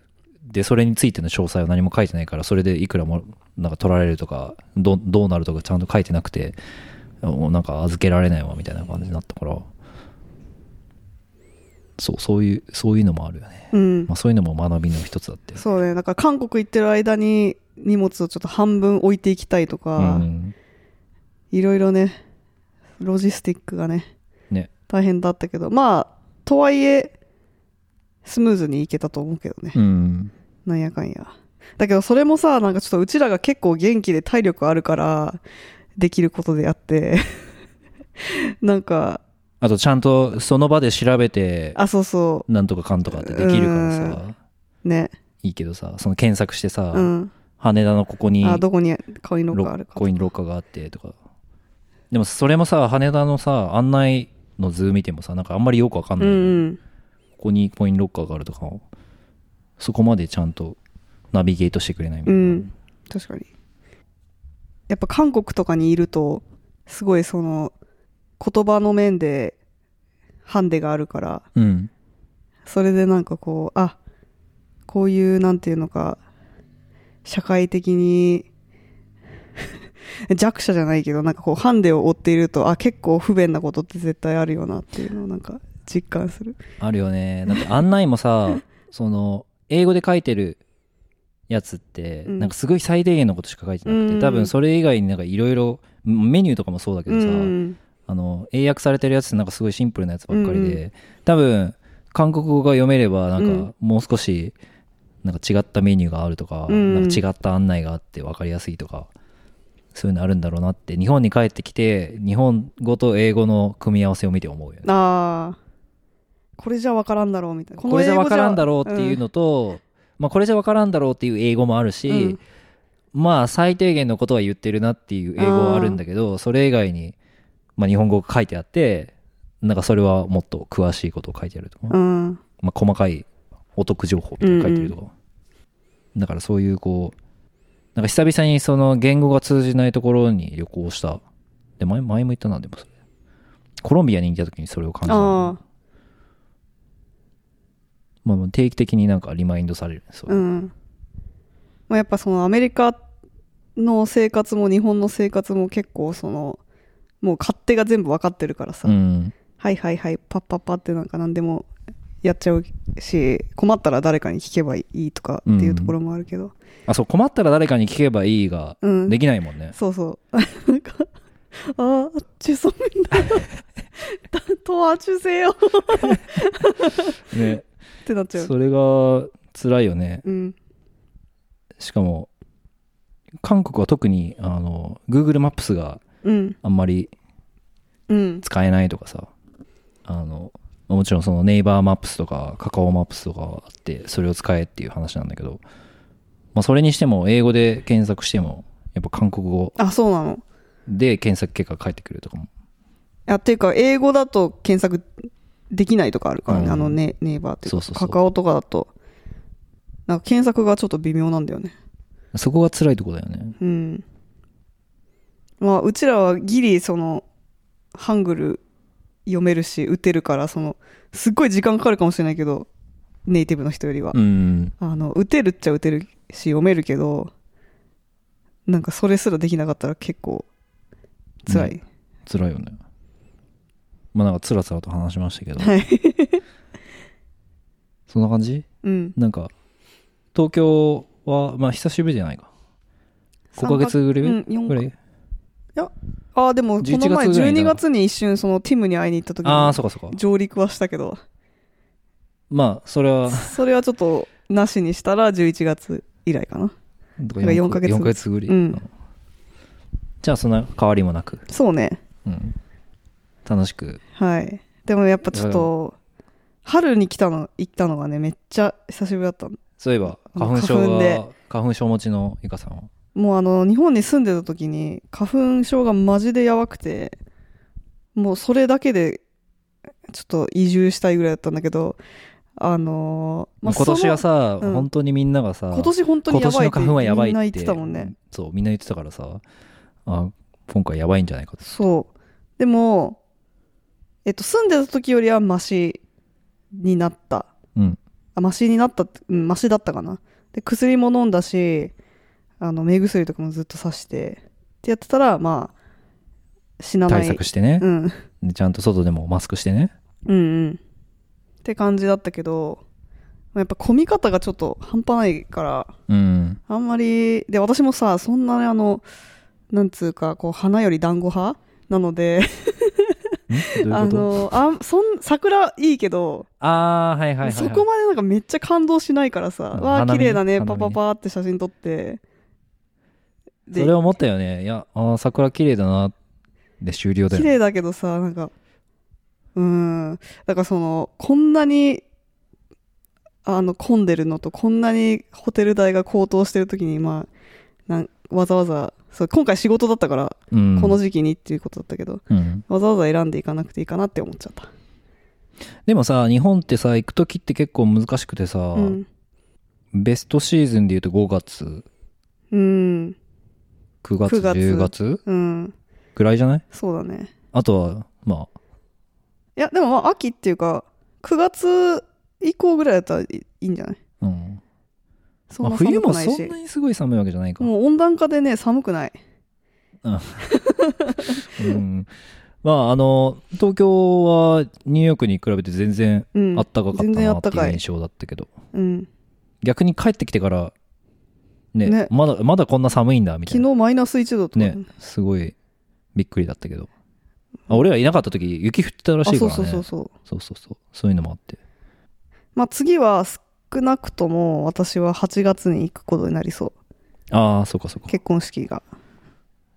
でそれについての詳細は何も書いてないからそれでいくらもなんか取られるとかどどうなるとかちゃんと書いてなくてもうなんか預けられないわみたいな感じになったからそうそういうそういうのもあるよね、うんまあ、そういうのも学びの一つだってそうねだから韓国行ってる間に荷物をちょっと半分置いていきたいとか、うんいろいろねロジスティックがねね大変だったけどまあとはいえスムーズに行けたと思うけどね、うんなんやかんやだけどそれもさなんかちょっとうちらが結構元気で体力あるからできることであって <laughs> なんかあとちゃんとその場で調べてあそうそなんとかかんとかってできるからうさうねいいけどさその検索してさ、うん羽田のここにあどこにコインロッロカーあるかコインロッカーがあってとかでもそれもさ羽田のさ案内の図見てもさなんかあんまりよくわかんうなんい、うんここにコインロッカーがあるとかそこまでちゃんとナビゲートしてくれないみたいな、うん確かにやっぱ韓国とかにいるとすごいその言葉の面でハンデがあるからうんそれでなんかこうあこういうなんていうのか社会的に <laughs> 弱者じゃないけどなんかこうハンデを負っているとあ結構不便なことって絶対あるよなっていうのをなんか実感するあるよねだって案内 <laughs> もさその英語で書いてるやつって、うんなんかすごい最低限のことしか書いてなくて、うん多分それ以外になんかいろいろメニューとかもそうだけうどさ、んあの英訳されてるやつってなんかすごいシンプルなやつばっかりで、うんう多分韓国語が読めればなうんかんもう少しなんか違ったメニューがあるとか,、うんうんなんか違った案内があって分かりやすいとかそういうのあるんだろうなって日本に帰ってきて日本語と英語の組み合わせを見て思うよね。ああこれじゃ分からんだろうみたいなこれじゃ分からんだろうっていうののと、まあ、これじゃ分からんだろうっていう英語もあるし、うんまあ最低限のことは言ってるなっていう英語はあるんだけどそれ以外に、まあ、日本語が書いてあってなんかそれはもっと詳しいことを書いてあるとか、うん、うんまあ、細かいお得情報みたいなの書いてるとか、だからそういうこうなんか久々にその言語が通じないところに旅行したで前前も言ったなでもそれコロンビアに行った時にそれを感じたああまあまあ定期的になんかリマインドされるそうう、んまあ、やっぱそのアメリカの生活も日本の生活も結構そのもう勝手が全部分かってるからさ、うんはいはいはいパッパッパってなんか何でもやっちゃうし困ったら誰かに聞けばいいとかっていうところもあるけど、あそう困ったら誰かに聞けばいいがうんできないもんね、そうそう <laughs> なんかああ中ソミンだ <laughs> とは中せよっねてなっちゃうそれが辛いよねうんしかも韓国は特にあの Google マップスがうんあんまりうん使えないとかさあのまあもちろんそのネイバーマップスとかカカオマップスとかはあってそれを使えっていう話なんだけど、まあ、それにしても英語で検索してもやっぱ韓国語あそうなので検索結果が返ってくるとかもあっていうか英語だと検索できないとかあるからね、うんあのネネイバーっていうかそうそうそうカカオとかだとなんか検索がちょっと微妙なんだよねそこが辛いとこだよねうんまあうちらはギリそのハングル読めるし打てるからそのすっごい時間かかるかもしれないけどネイティブの人よりは、うんあの打てるっちゃ打てるし読めるけどなんかそれすらできなかったら結構辛い、辛いよねまあなんか辛さと話し <laughs> ましたけどはいそんな感じうんなんか東京はまあ久しぶりじゃないか5ヶ月ぐらいうん四ぐからいいああでもこの前11月ぐらいに12月に一瞬そのティムに会いに行った時ああにそうかそうか上陸はしたけどまあそれはそれはちょっとなしにしたら11月以来かなとだから四ヶ月4ヶ月ぶり、うんじゃあそんな変わりもなく、そうねうん楽しくはいでもやっぱちょっと春に来たの行ったのがねめっちゃ久しぶりだったのそういえば花粉症花粉がで花粉症持ちのゆかさんはもうあの日本に住んでた時に花粉症がマジでやばくてもうそれだけでちょっと移住したいぐらいだったんだけどあのーまあ今年はさ、そのうん本当にみんながさその今年本当にや今ばいっのて花粉はやばいみんってな言ってたもんねそうみんな言ってたからさあ今回やばいんじゃないかとそうでもえっと住んでた時よりはマシになったうんあマシになったってうんマシだったかなで薬も飲んだしあの目薬とかもずっとさしてってやってたらまあ死なない対策してねう、ん、うんでちゃんと外でもマスクしてねうんって感じだったけどまあやっぱ混み方がちょっと半端ないからうんあんまりで私もさそんなねあのなんつうかこう花より団子派なのでんどういあうことのあそん桜いいけど、ああーはいはいはい、はい、そこまでなんかめっちゃ感動しないからさ、うんわあ花綺見麗だね花見パパパーって写真撮ってそれ思ったよねいやあー桜綺麗だなで終了だよ綺ね麗だけどさなんかうーんだからそのこんなにあの混んでるのとこんなにホテル代が高騰してる時にまあなんわざわざそう今回仕事だったから、うんこの時期にっていうことだったけどうんわざわざ選んでいかなくていいかなって思っちゃった、でもさ日本ってさ行く時って結構難しくてさ、うん、ベストシーズンでいうと5月うん9月9月10月うんぐらいじゃないそうだねあとはまあいや、でもまあ、秋っていうか、9月以降ぐらいだったらいいいんじゃないうん、そまんあ、な寒冬くもないそんし。なにすごい寒いわけじゃないか、もう温暖化でね、寒くない。うん、まああの東京はニューヨークに比べて全然うん。あったかかった全然なあっってたいうかい印象だったけど、うん。逆に帰ってきてからねねまだまだこんな寒いんだみたい昨な日マイナス1度とかねすごいびっくりだったけどあ俺らいなかった時雪降ってたらあ、しいかそうらそうそうねそう。そうそうそうそういうのもあってまあ、次は少なくとも私は8月に行くことになりそああそうかそうう。か結婚式が。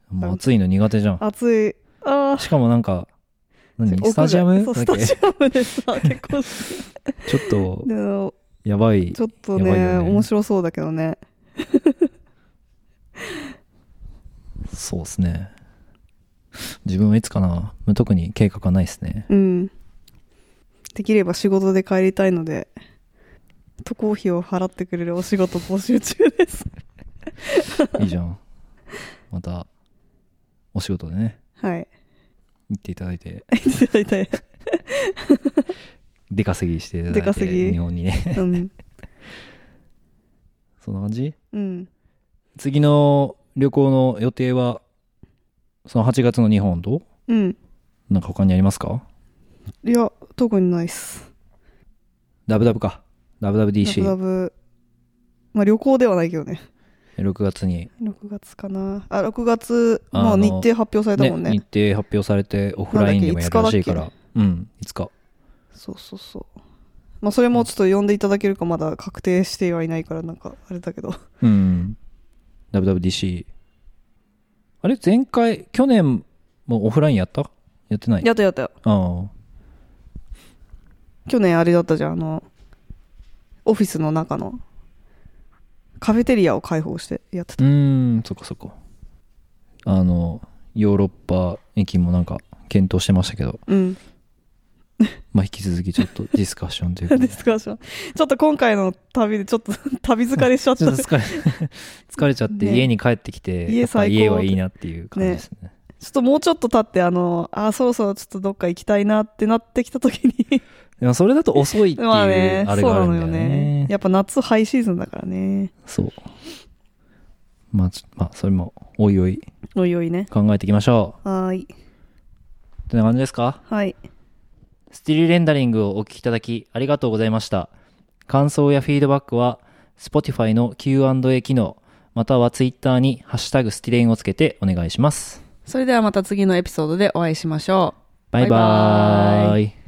もう暑いの苦手じゃん暑い。ああ。しかもなんか何スタジア屋ム外そうだっスタけジアムでさ、結婚 <laughs> 式。ちょっとでもやばいちょっとやばいよね、ね面白そうだけどね。そうですね自分はいつかなまあ特に計画はないですねうん。できれば仕事で帰りたいので、渡航費を払ってくれるお仕事募集中です。 <laughs> いいじゃんまたお仕事でねはい。行っていただいていただいて。出稼ぎしていただいて出稼ぎ日本にねうん。そんな感じうん。次の旅行の予定はその8月の日本とうん。なんか他にありますかいや、特にないっす。ダブダブかラ WWDC6 ブまあ旅行ではないけどね。月に6月かな。あ、6月、あのまあ日程発表されたもんね。日程発表されてオフラインでもやるらしいからなんうんいつかそうそうそう。まあそれもちょっと呼んでいただけるかまだ確定してはいないからなんかあれだけど。うん WWDC あれ前回去年もオフラインやったやってないやったやったよ。ああ去年あれだったじゃんあのオフィスの中のカフェテリアを開放してやってうたーんそっかそっかあのヨーロッパ駅もなんか検討してましたけど、うんまあ、引き続きちょっとディスカッションという <laughs> かディスカッションちょっと今回の旅でちょっと <laughs> 旅疲 <laughs> れしちゃっちたょっと疲れ <laughs> 疲れちゃってね家に帰ってきて、家やっぱ最高家はいいなっていう感じですね <laughs> ちょっともうちょっと経ってあのあそろそろちょっとどっか行きたいなってなってきた時にでもそれだと遅いっていうまああれねがあるそうなんのだよよねね。やっぱ夏ハイシーズンだからねそう。まあ、ちょまあ、それも、おいおいおいおいね考えていきましょ。はーいうってな感じですかはいスティルレンダリングをお聞きいただきありがとうございました。感想やフィードバックは Spotify の Q&A 機能、または Twitter にハッシュタグスティレンをつけてお願いします。それではまた次のエピソードでお会いしましょうバイババイバーイ